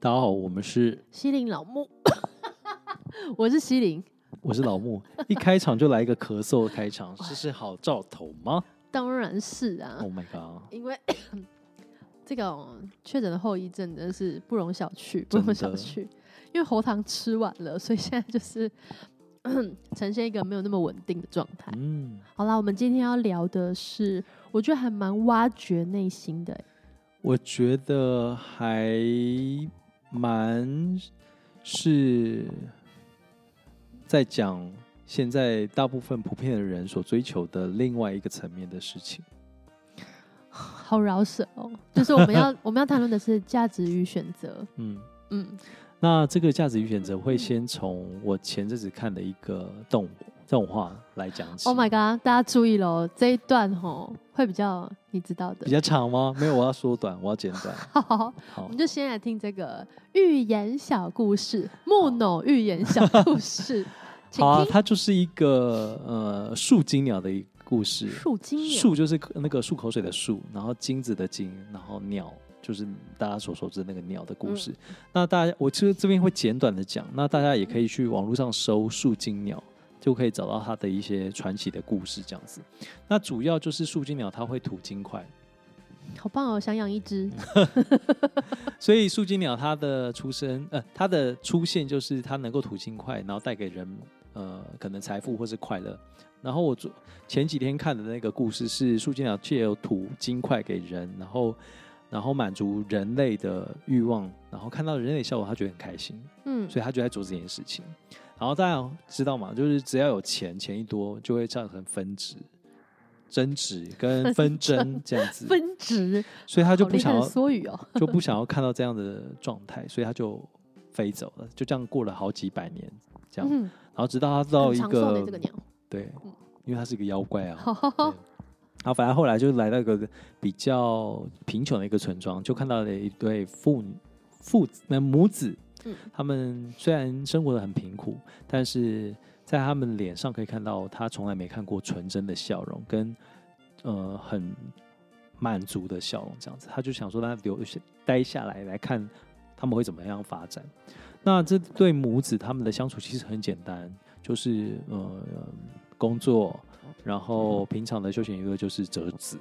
大家好，我们是西林老木， 我是西林，我是老木，一开场就来一个咳嗽开场，这是好兆头吗当然是啊， ？Oh my god！因为 这个哦确诊的后遗症真的是不容小觑，不真的容小觑。因为喉糖吃完了，所以现在就是 呈现一个没有那么稳定的状态。嗯，好啦，我们今天要聊的是，我觉得还蛮挖掘内心的欸、我觉得还蛮是在讲现在大部分普遍的人所追求的另外一个层面的事情。好饶舌哦。就是我们要 我们要谈论的是价值与选择。嗯，嗯，那这个价值与选择会先从我前阵子看的一个动动画来讲起。 Oh my god！大家注意喽，这一段吼会比较你知道的比。较长吗？没有，我要缩短，我要简短。好，我好们，就先来听这个寓言小故事，木偶寓言小故 事，请好、啊，听它就是一个呃树精鸟的一个故事。树精鸟。树就是那个漱口水的漱，然后金子的金，然后鸟就是大家所熟知的那个鸟的故事。嗯那大家，我其实这边会简短的讲，那大家也可以去网络上搜树精鸟。就可以找到它的一些传奇的故事，这样子。那主要就是树精鸟，它会吐金块，好棒哦，想养一只。所以树精鸟它的出生，呃，它的出现就是它能够吐金块，然后带给人呃可能财富或是快乐。然后我昨前几天看的那个故事是树精鸟借由吐金块给人，然后然后满足人类的欲望，然后看到人类的效果，他觉得很开心，嗯，所以他就在做这件事情。然后大家知道嘛，就是只要有钱，钱一多就会造成分值、争执跟纷争这样 子，分值，所以他就好不厉想 害的要缩语哦。就不想要看到这样的状态，所以他就飞走了。就这样过了好几百年，这样，嗯，然后直到他到很一长寿的这个个鸟。对嗯，因为他是一个妖怪啊。对好， 然后反正后来就来到一个比较贫穷的一个村庄，就看到了一对父女父子那母子嗯，他们虽然生活的很贫苦，但是在他们脸上可以看到他从来没看过纯真的笑容，跟呃很满足的笑容这样子。他就想说，他留下待下来来看他们会怎么样发展。那这对母子他们的相处其实很简单，就是呃工作，然后平常的休闲娱乐就是折纸，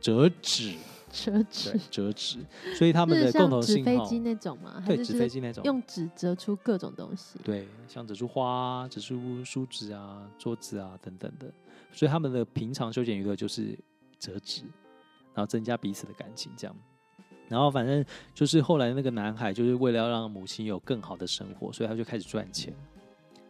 折纸，折对纸，折纸，所以他们是的共像同纸信飞号机，那种吗？还对，是纸飞是机那种，用纸折出各种东西？对，像折出花啊、折出梳子啊、桌子啊等等的，所以他们的平常休闲娱乐就是折纸，然后增加彼此的感情这样。然后反正就是后来那个男孩就是为了要让母亲有更好的生活，所以他就开始赚钱，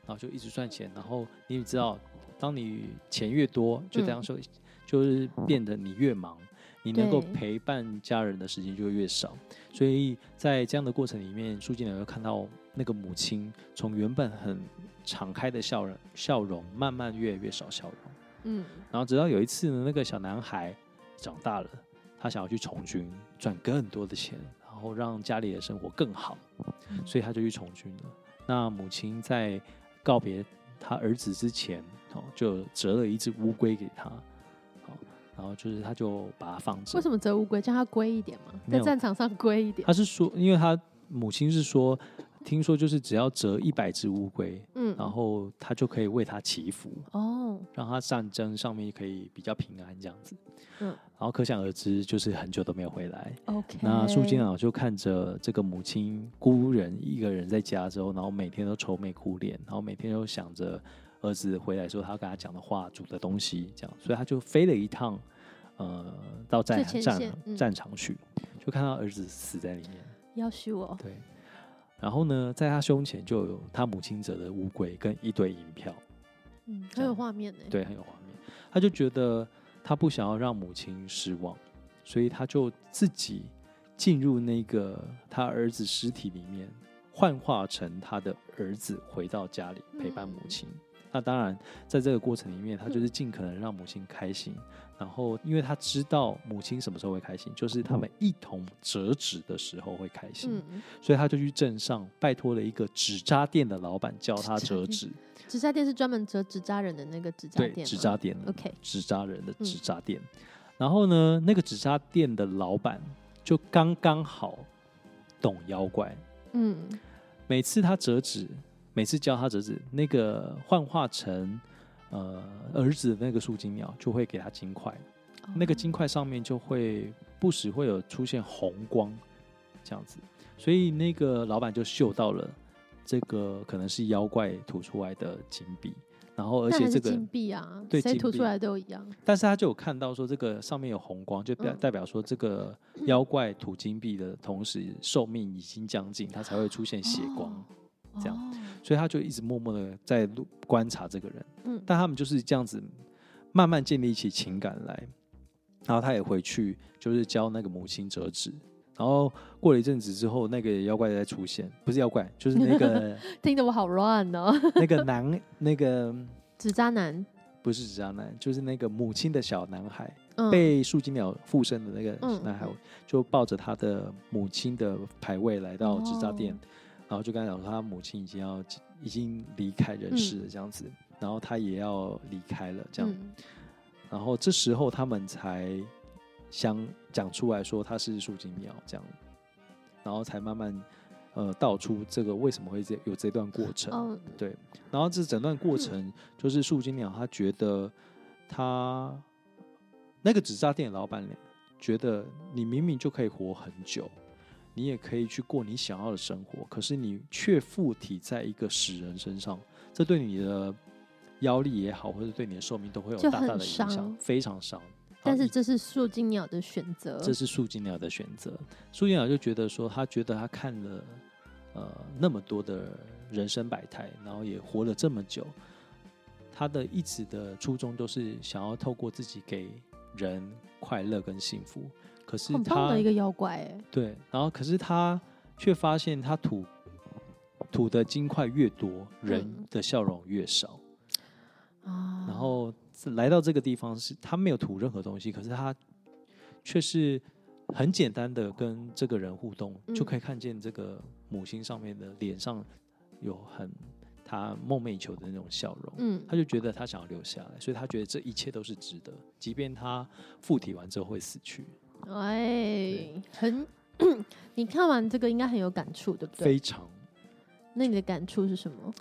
然后就一直赚钱。然后你也知道，当你钱越多，就这样说，就是变得你越忙，你能够对陪伴家人的时间就会越少。所以在这样的过程里面，苏静鸟又看到那个母亲从原本很敞开的笑容，笑容慢慢越来越少笑容。嗯，然后直到有一次呢，那个小男孩长大了，他想要去从军，赚更多的钱，然后让家里的生活更好，所以他就去从军了。那母亲在告别他儿子之前，哦，就折了一只乌龟给他，好，然后就是他就把它放着为。什么折乌龟？叫它龟一点嘛，没在有战场上龟一点。他是说，因为他母亲是说，听说就是只要折一百只乌龟，嗯，然后他就可以为他祈福。哦，让他战争上面可以比较平安这样子。嗯嗯，然后可想而知，就是很久都没有回来。 OK，那苏金老就看着这个母亲孤人一个人在家之后，然后每天都愁眉苦脸，然后每天都想着儿子回来之后他跟他讲的话、煮的东西这样，所以他就飞了一趟，呃，到战最前战线嗯战场去，就看到儿子死在里面。要许我，对，然后呢，在他胸前就有他母亲折的乌龟跟一堆银票。嗯，这很有样画面呢。对，很有画面。他就觉得他不想要让母亲失望，所以他就自己进入那个他儿子尸体里面，幻化成他的儿子回到家里陪伴母亲。那当然，在这个过程里面，他就是尽可能让母亲开心。然后，因为他知道母亲什么时候会开心，就是他们一同折纸的时候会开心，嗯，所以他就去镇上拜托了一个纸扎店的老板教他纸扎折店纸，指甲店是专门折指甲人的那个指甲对店，吗，纸扎店 OK，纸扎人的嗯纸扎店。然后呢，那个纸扎店的老板就刚刚好懂妖怪，嗯，每次他折纸，每次教他折纸，那个幻化成呃儿子的那个树精鸟就会给他金块，那哦个金块上面就会不时会有出现红光，这样子，所以那个老板就嗅到了这个可能是妖怪吐出来的金币，然后哦，而但且还这是个金币啊，对谁金吐出币来都一样。但是他就有看到说这个上面有红光，就表嗯代表说这个妖怪吐金币的同时寿命已经将近，他才会出现血光，哦这样哦所以他就一直默默的在路观察这个人。嗯，但他们就是这样子慢慢建立起情感来，然后他也回去就是教那个母亲折纸。然后过了一阵子之后，那个妖怪再出现，不是妖怪，就是那 个听得我好乱哦， 那个男那个纸渣男，不是渣男，就是那个母亲的小男孩，嗯，被树精鸟附身的那个嗯男孩，嗯就抱着他的母亲的牌位来到纸扎店，哦然后就跟他讲说，他母亲已经要已经离开人世了这样子，然后他也要离开了这样，嗯然后这时候他们才想讲出来说他是树精鸟这样，然后才慢慢呃道出这个为什么会这有这段过程。哦，对，然后这整段嗯过程就是树精鸟，他觉得他那个纸扎店的老板娘觉得你明明就可以活很久，你也可以去过你想要的生活，可是你却附体在一个死人身上，这对你的腰力也好，或者对你的寿命都会有就大大很的影响伤，非常伤。啊但好是一这是树精鸟的选择，这是树精鸟的选择。树精鸟就觉得说，他觉得他看了呃那么多的人生百态，然后也活了这么久，他的一直的初衷都是想要透过自己给人快乐跟幸福。可是很他棒的一个妖怪哎，对，然后可是他却发现他吐吐的金块越多，人嗯的笑容越少。啊，然后是来到这个地方是他没有涂任何东西，可是他却是很简单的跟这个人互动，嗯就可以看见这个母亲上面的脸上有很他梦寐以求的那种笑容。嗯，他就觉得他想要留下来，所以他觉得这一切都是值得，即便他附体完之后会死去，哎，很， 你看完这个应该很有感触，对不对？非常。那你的感触是什么？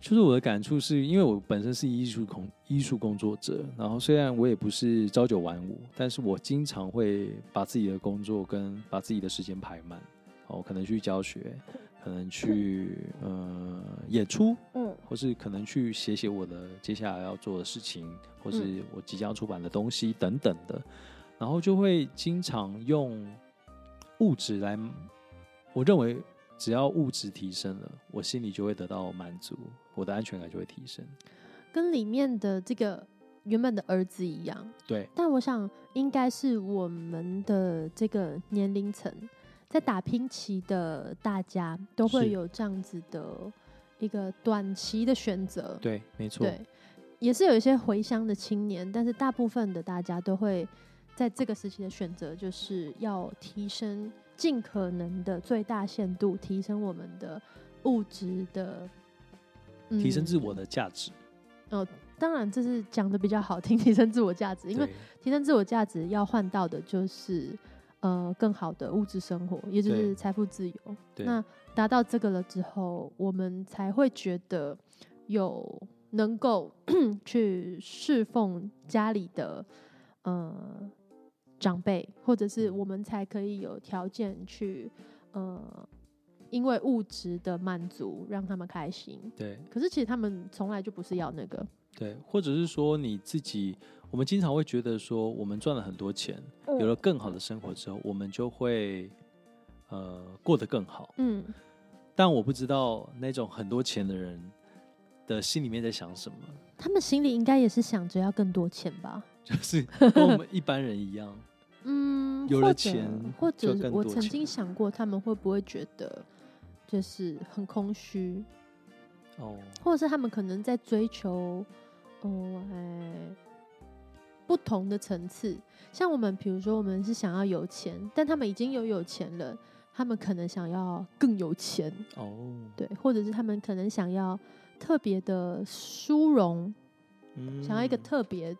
就是我的感触是因为我本身是艺术工艺术工作者，然后虽然我也不是朝九晚五，但是我经常会把自己的工作跟把自己的时间排满，哦，可能去教学，可能去呃演出，嗯或是可能去写写我的接下来要做的事情，或是我即将出版的东西等等的，然后就会经常用物质来，我认为只要物质提升了，我心里就会得到满足，我的安全感就会提升。跟里面的这个原本的儿子一样，对，但我想应该是我们的这个年龄层，在打拼期的大家都是会有这样子的一个短期的选择，对，没错，对，也是有一些回乡的青年，但是大部分的大家都会在这个时期的选择，就是要提升，尽可能的最大限度提升我们的物质的。嗯提升自我，的价值。当然这是讲的比较好听，提升自我价值，因为对提升自我价值要换到的就是呃更好的物质生活，也就对是财富自由。对那达到这个了之后，我们才会觉得有能够 去侍奉家里的呃长辈，或者是嗯我们才可以有条件去呃因为物质的满足让他们开心。对可是其实他们从来就不是要那个，对，或者是说你自己，我们经常会觉得说，我们赚了很多钱，有了更好嗯的生活之后，我们就会呃过得更好。嗯，但我不知道那种很多钱的人的心里面在想什么，他们心里应该也是想着要更多钱吧。就是跟我们一般人一 样，嗯，有了或者钱或就者更我多曾钱经想过，他们会不会觉得就是很空虚，哦，或者是他们可能在追求，嗯、哎不同的层次。像我们，比如说我们是想要有钱，但他们已经有有钱了，他们可能想要更有钱，哦，对，或者是他们可能想要特别的殊荣，嗯想要一个特别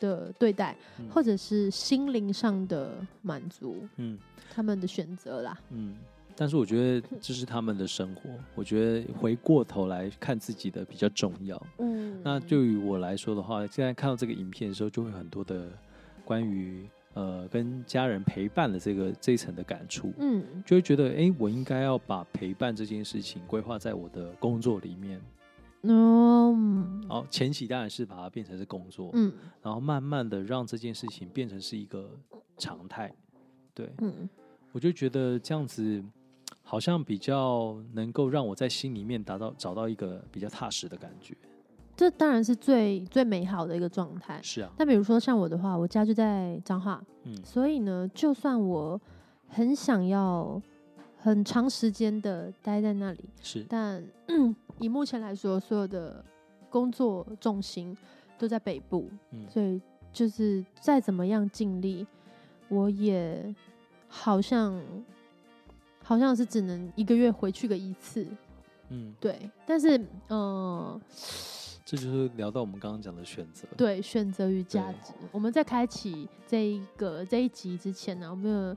的对待，嗯或者是心灵上的满足。嗯他们的选择啦。嗯，但是我觉得这是他们的生活，我觉得回过头来看自己的比较重要。嗯，那对于我来说的话，现在看到这个影片的时候，就会很多的关于呃跟家人陪伴的这个这一层的感触，嗯就会觉得哎、诶我应该要把陪伴这件事情规划在我的工作里面。嗯哦，前期当然是把它变成是工作，嗯然后慢慢的让这件事情变成是一个常态。对嗯我就觉得这样子好像比较能够让我在心里面达到找到一个比较踏实的感觉。这当然是最最美好的一个状态。是啊，嗯但比如说像我的话，我家就在彰化，嗯所以呢，就算我很想要很长时间的待在那里，是但、 以目前来说，所有的工作重心都在北部，嗯所以就是再怎么样尽力，我也好像好像是只能一个月回去个一次，嗯，对。但是，嗯，这就是聊到我们刚刚讲的选择。对，选择与价对值。我们在开启这一个这一集之前呢、我们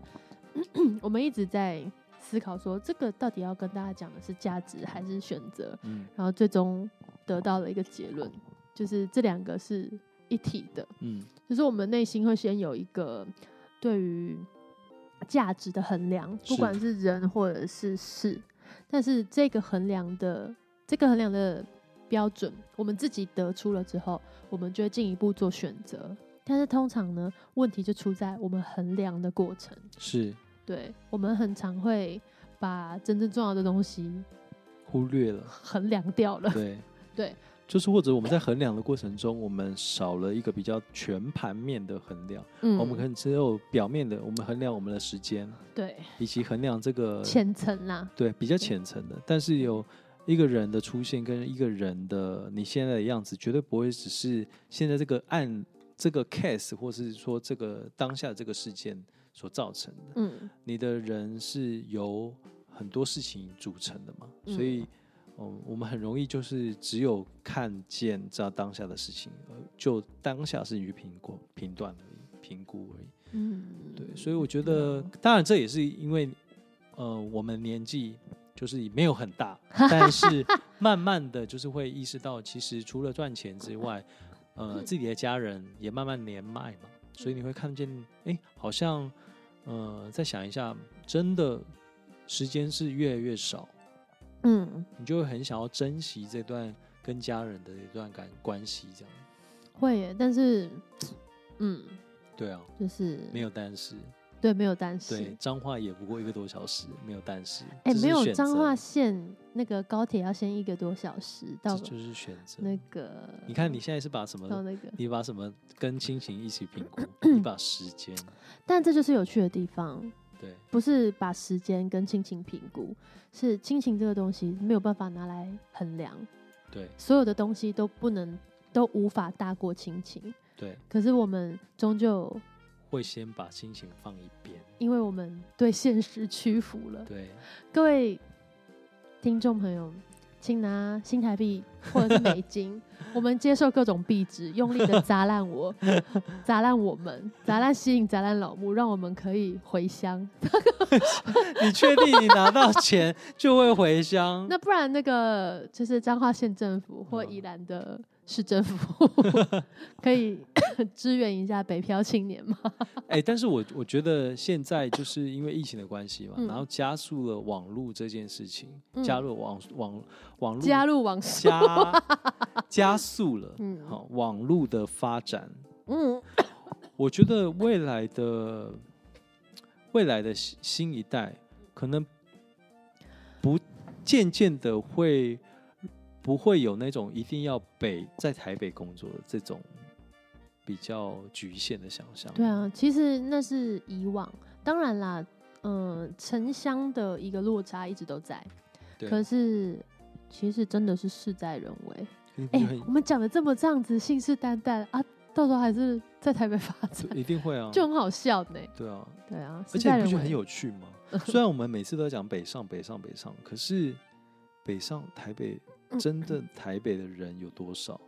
有 我们一直在思考说，这个到底要跟大家讲的是价值还是选择？嗯然后最终得到了一个结论，就是这两个是一体的，嗯就是我们内心会先有一个对于价值的衡量，是不管是人或者是事，但是这个衡量的这个衡量的标准，我们自己得出了之后，我们就会进一步做选择。但是通常呢，问题就出在我们衡量的过程。是对我们很常会把真正重要的东西忽略了，衡量掉 了。对对，就是或者我们在衡量的过程中，我们少了一个比较全盘面的衡量，嗯我们可能只有表面的，我们衡量我们的时间，对以及衡量这个浅层啦，对比较浅层的，但是有一个人的出现跟一个人的你现在的样子，绝对不会只是现在这个案、这个 case，或是说这个当下这个事件所造成的。嗯你的人是由很多事情组成的嘛，所以，嗯，我们很容易就是只有看见这当下的事情，呃，就当下事情去评估、评断而已、评估而已。嗯，啊对，所以我觉得，当然这也是因为，呃，我们年纪就是没有很 大，但是慢慢的就是会意识到，其实除了赚钱之外，嗯呃，自己的家人也慢慢年迈嘛，所以你会看见，哎、好像，呃，再想一下，真的时间是越来越少，嗯，你就会很想要珍惜这段跟家人的一段感关系，这样。会耶，但是，嗯，对啊，就是没有但是，对，没有但是，对，彰化也不过一个多小时，没有但是。哎、这是没有选彰择化县那个高铁要先一个多小时到这就是选择。那个，你看你现在是把什到么？那个，你把什么跟亲情一起评 估？你把时间，但这就是有趣的地方，对，不是把时间跟亲情评估，是亲情这个东西没有办法拿来衡量，对，所有的东西都不能都无法大过亲情，对，可是我们终究会先把亲情放一边，因为我们对现实屈服了。 对，各位听众朋友，请拿新台币或者是美金，我们接受各种币值，用力的砸烂我， 砸烂我们，砸烂吸引，砸烂老木，让我们可以回乡。你确定你拿到钱就会回乡？那不然那个就是彰化县政府或嗯宜兰的市政府， 可以 支援一下北漂青年吗？哎、但是我我觉得现在就是因为疫情的关系嘛，嗯然后加速了网络这件事情，嗯加入网网网络加入网速，加 加速了，嗯好、网络的发展，嗯我觉得未来的未来的新新一代，可能不渐渐的会不会有那种一定要北在台北工作的这种比较局限的想象。对，啊，其实那是以往，当然啦，嗯、城乡的一个落差一直都在，对可是其实真的是事在人为。你不哎、觉得很我们讲的这么这样子信誓旦旦啊，到时候还是在台北发展，一定会啊，就很好笑呢。对啊，对啊，而事且在你不人觉得很为。有趣 吗？虽然我们每次都在讲北上北上北上，可是北上台北嗯真正台北的人有多少？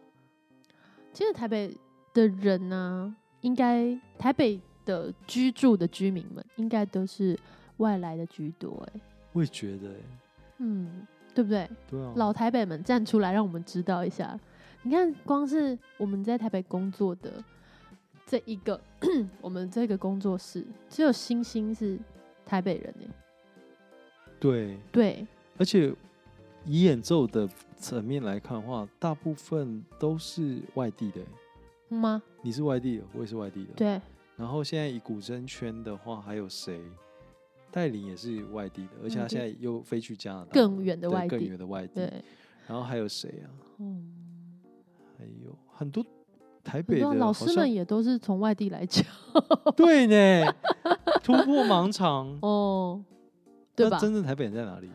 其实台北的人呢、应该台北的居住的居民们应该都是外来的居多、哎，我也觉得、欸，嗯，对不对？对啊，老台北们站出来，让我们知道一下。你看，光是我们在台北工作的这一个， 我们这个工作室，只有星星是台北人哎、对，对，而且以演奏的层面来看的话，大部分都是外地的欸、吗？你是外地的，我也是外地的。。对，然后现在以古筝圈的话，还有谁？戴琳也是外地的，而且他外地现在又飞去加拿大，嗯更远的对外更地，远的外地。对，然后还有谁啊？嗯，还有很多台很北多的老好师像们也都是从外地来教对呢，突破盲肠，哦， 对那吧？真正台北人在哪里？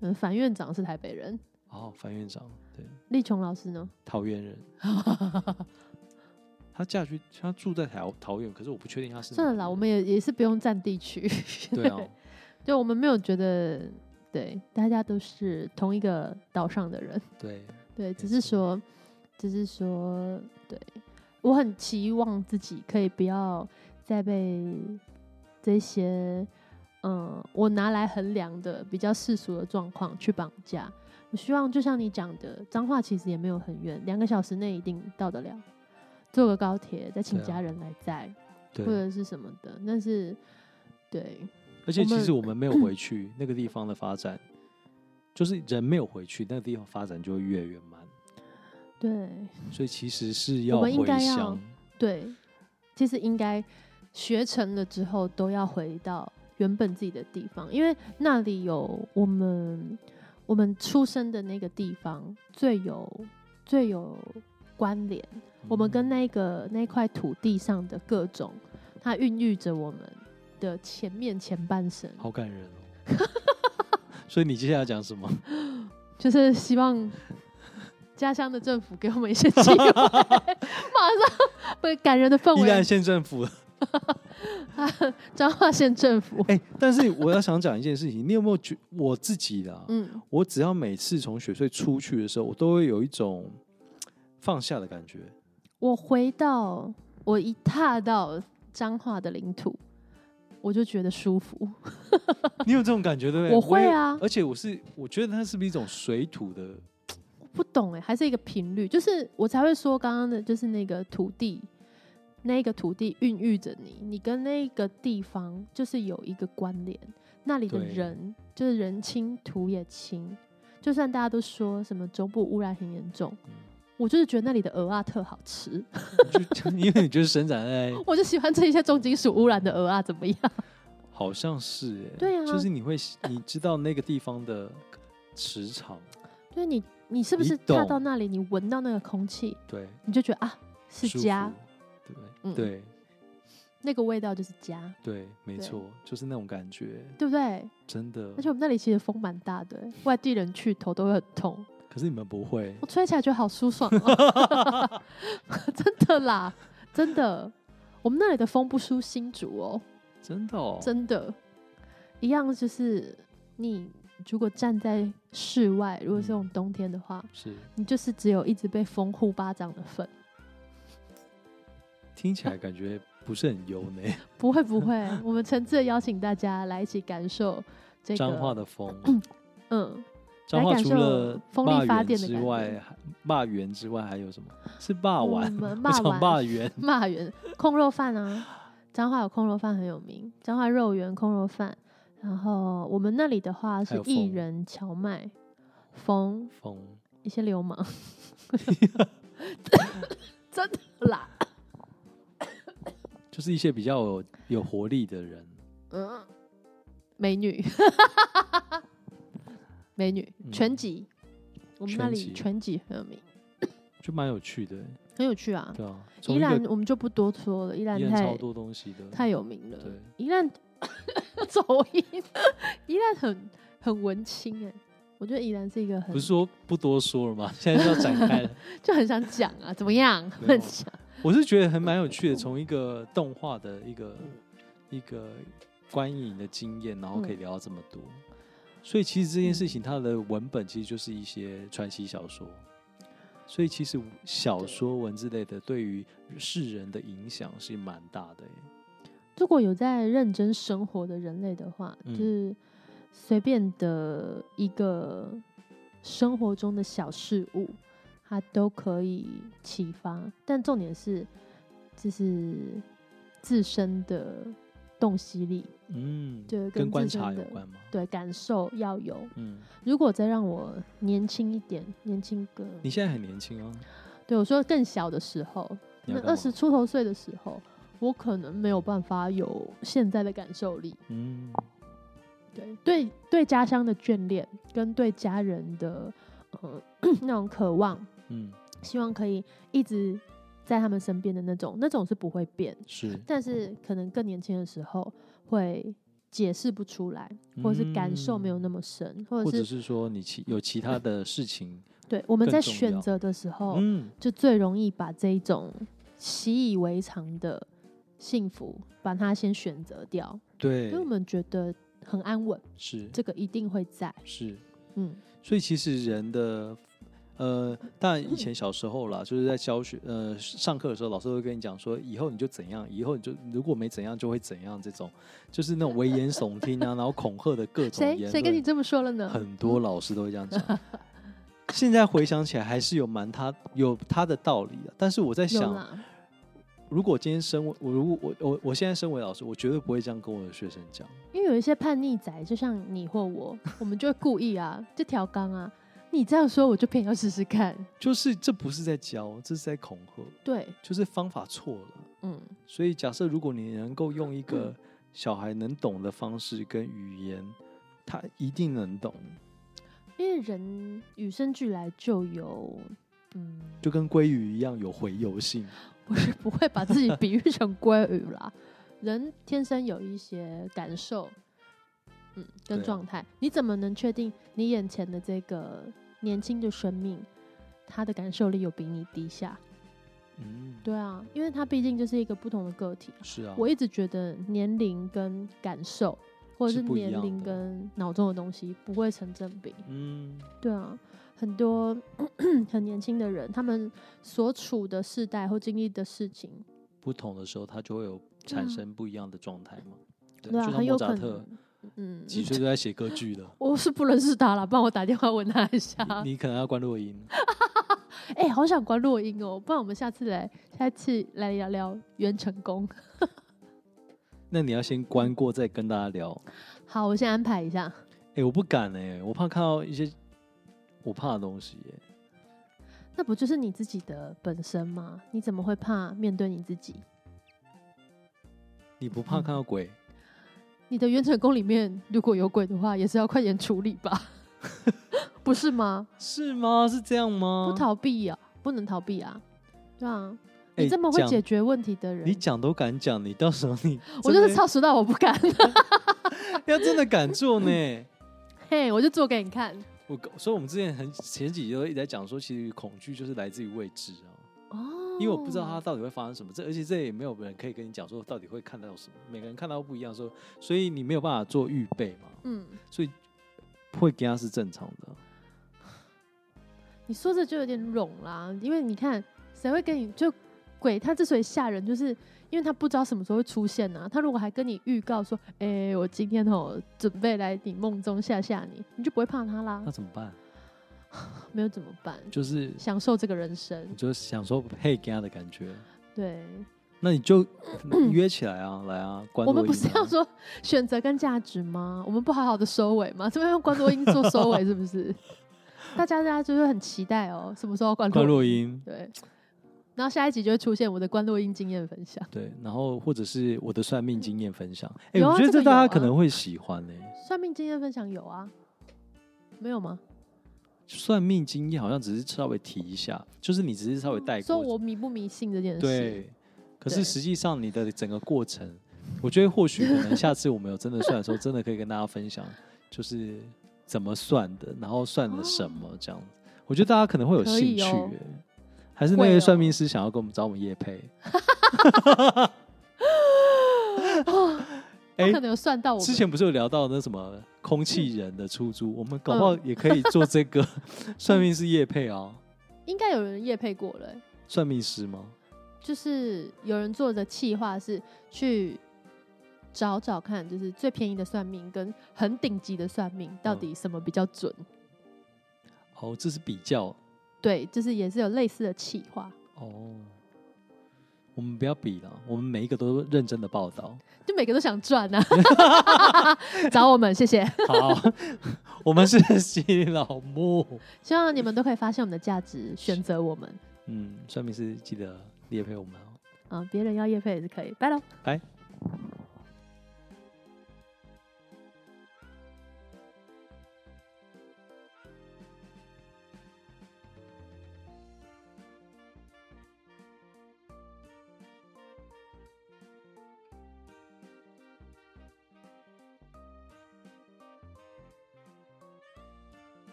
嗯，樊院长是台北人，哦，樊院长，对，立琼老师呢？桃园 人。她嫁去，她住在桃桃园，可是我不确定她是哪算了里啦，人我们也也是不用占地区，对 啊，对，我们没有觉得，对，大家都是同一个岛上的人，对，对，只没是错说，只是说，对我很期望自己可以不要再被这些，嗯，我拿来衡量的比较世俗的状况去绑架。我希望就像你讲的，彰化其实也没有很远，两个小时内一定到得了，坐个高铁，再请对啊家人来载、对或，者是什么的，但是，对，而且我其们实我们没有回去 那个地方的发展，就是人没有回去，那个地方发展就会越来越慢，对。所以其实是要我们应回该要乡，对，其实应该学成了之后都要回到原本自己的地方，因为那里有我们我们出生的那个地方最有最有关联，我们跟嗯那个那块土地上的各种，它孕育着我们的前面前半生，好感人 哦。所以你接下来讲什么？就是希望。家乡的政府给我们 一些机会，马上被感人的氛依然围，县政 府。彰化县政府，哎、但是我要想讲一件事情，你有没有觉我自己的、啊？嗯，我只要每次从雪穗出去的时候，我都会有一种放下的感觉。我回到我一踏到彰化的领土，我就觉得舒服。你有这种感觉对不对？我会也啊而且我是我觉得它是不是一种水土的？我不懂哎、还是一个频率，就是我才会说刚刚的，就是那个土地，那个土地孕育着你，你跟那个地方就是有一个关联，那里的对人就是人亲土也亲，就算大家都说什么中部污染很严重，嗯我就是觉得那里的鹅啊特好吃， 就 因为你就是生长在，我就喜欢吃一些重金属污染的鹅啊，怎么样？好像是哎、对啊就是你会你知道那个地方的磁场，就是啊你，你是不你是踏懂到那里，你闻到那个空气，对，你就觉得啊，是舒服家，，对不对？嗯对那个味道就是家，对，没对错，就是那种感觉，对不对？真的而。且我们那里其实风蛮大的，外地人去头都会很痛，可是你们不会我，吹起来觉得好舒爽、哦， 真的啦，真的，我们那里的风不输新竹哦，真的哦，真的，一样就是你如果站在室外，如果嗯是用冬天的话，是你就是只有一直被风呼巴掌的份。听起来感觉不是很优美。不会不会，我们诚挚的邀请大家来一起感受这个彰化的风，啊嗯，彰化除了风力发霸园电的之感觉外，还霸园之外还有什么？是霸我丸，们我 骂想霸完园，骂人控肉饭啊，彰化有控肉饭很有名，彰化肉圆控肉饭，然后我们那里的话还是有艺风人荞麦风风一些流 氓，真的啦，就是一些比较有有活力的人。嗯，美女， 美女嗯全集，我们那拳里击全集很有名。就蛮有趣的欸，很有趣啊。对啊，从宜一个兰我们就不多说了，宜兰依然超太多东西的，太有名了对。宜兰 走音，宜兰很很文青哎、我觉得宜兰是一个很不是说不多说了吗？ 现在就要展开了。就很想讲啊，怎么样？没有很想我是觉得还蛮有趣的，从一个动画的一个一个观影的经验，然后嗯可以聊到这么多。所以其实这件事情，它的文本其实就是一些传奇小说。所以其实小说文字类的对于世人的影响是蛮大的耶、如果有在认真生活的人类的话，嗯就是随便的一个生活中的小事物，它都可以启发。但重点是，就是自身的洞悉力，嗯，对，跟观自身察有的关吗？对感受要有。嗯，如果再让我年轻一点，年轻个，你现在很年轻哦，对我说更小的时候，你那要干嘛二十出头岁的时候，我可能没有办法有现在的感受力。嗯对对对，家乡的眷恋跟对家人的呃 那种渴望，嗯，希望可以一直在他们身边的那种，那种是不会变。是，但是可能更年轻的时候会解释不出来，或者是感受没有嗯那么深，或者或是者是说你其有其他的事情，对我们在更重选要择的时候，嗯，就最容易把这一种习以为常的幸福，把它先选择掉，因对为我，们觉得很安稳，是这个一定会在。是，嗯，所以其实人的，呃，当然以前小时候啦，就是在教学呃上课的时候，老师会跟你讲说，以后你就怎样，以后你就如果没怎样就会怎样，这种就是那种危言耸听啊，然后恐吓的各种言谁论。谁跟你这么说了呢？很多老师都会这样讲。现在回想起来，还是有蛮他有他的道理的。但是我在有想，啦，如果今天身为我，如果我我我现在身为老师，我绝对不会这样跟我的学生讲。因为有一些叛逆仔，就像你或我，我们就会故意啊，就调缸啊。你这样说，我就偏要试试看。就是这不是在教，这是在恐吓，对，就是方法错了。嗯，所以，假设如果你能够用一个小孩能懂的方式跟语言，他一定能懂，因为人与生俱来就有，嗯，就跟鲑鱼一样有回游性。不是 不会把自己比喻成鲑鱼啦，人天生有一些感受，嗯，对跟啊状态，你怎么能确定你眼前的这个年轻的生命，他的感受力有比你低下？嗯，对啊，因为他毕竟就是一个不同的个体。是啊，我一直觉得年龄跟感受，或者是是不一样年的龄跟脑中的东西不会成正比。嗯对啊，很多 很年轻的人，他们所处的世代或经历的事情，不同的时候，他就会有对啊产生不一样的状态嘛。对啊，就很像有莫可扎能特。嗯，，几岁就在写歌剧了我是不认识他了，帮我打电话问他一下。 你你可能要关录音。哎、好想关录音哦，不然我们下次来，下次来聊聊袁成功。那你要先关过，再跟大家聊。好，我先安排一下。哎、我不敢哎、我怕看到一些我怕的东西、欸。那不就是你自己的本身吗？你怎么会怕面对你自己？你不怕嗯看到鬼？你的袁成功里面如果有鬼的话，也是要快点处理吧， 不是吗？是吗？是这样吗？不逃避啊，不能逃避啊，对啊。哎你这么会讲解决问题的人，你讲都敢讲，你到时候你 我就是真的超时到我不敢， 要真的敢做呢。 嘿，我就做给你看。我所以，我们之前很前几集都一直在讲说，其实恐惧就是来自于未知啊，哦，因为我不知道它到底会发生什么。这而且这也没有人可以跟你讲说到底会看到什么，每个人看到不一样，说所以你没有办法做预备嘛，嗯，所以会给他是正常的。你说这就有点冗啦，因为你看谁会跟你就鬼，他之所以吓人，就是因为他不知道什么时候会出现啊。他如果还跟你预告说，哎、我今天哦准备来你梦中吓吓你，你就不会怕他啦那。怎么办？没有怎么办？就是享受这个人生你，就想说配给他的感觉，对那你就 约起来啊，来啊，关我们录不音是啊要说选择跟价值吗？我们不好好的收尾吗？这边用关多音做收尾是 不是？大家大家就是很期待哦，什么时候关关录录音，对，然后下一集就会出现我的关录音经验分享。对，然后或者是我的算命经验分享，哎、有啊我觉得这这个大有家啊可能会喜欢欸呢、算命经验分享有啊，没有吗？算命经验好像只是稍微提一下，就是你只是稍微带说过，我迷不迷信这件事，，对。可是对实际上你的整个过程，我觉得或许可能下次我们有真的算的时候，真的可以跟大家分享，就是怎么算的，然后算了什么这样子。我觉得大家可能会有可兴以趣、哦欸，还是那会个哦算命师想要跟我们找我们叶 配。 哎、哦可能有算到我们之前不是有聊到那什么空气人的出租，我们搞不好也可以做这个算命师叶配啊，应该有人夜配过了欸、算命师吗？就是有人做的企划是去找找看，就是最便宜的算命跟很顶级的算命到底什么比较准。哦，这是比较对，就是也是有类似的企划。哦。我们不要比了，我们每一个都认真的报道。就每个都想 赚呐、找我们，谢谢。好， 我们是 西老木。希望你们都可以发现我们的价值，选择我们。嗯，算命师记得列配我们哦。啊、别人要业费也是可以，拜喽。拜。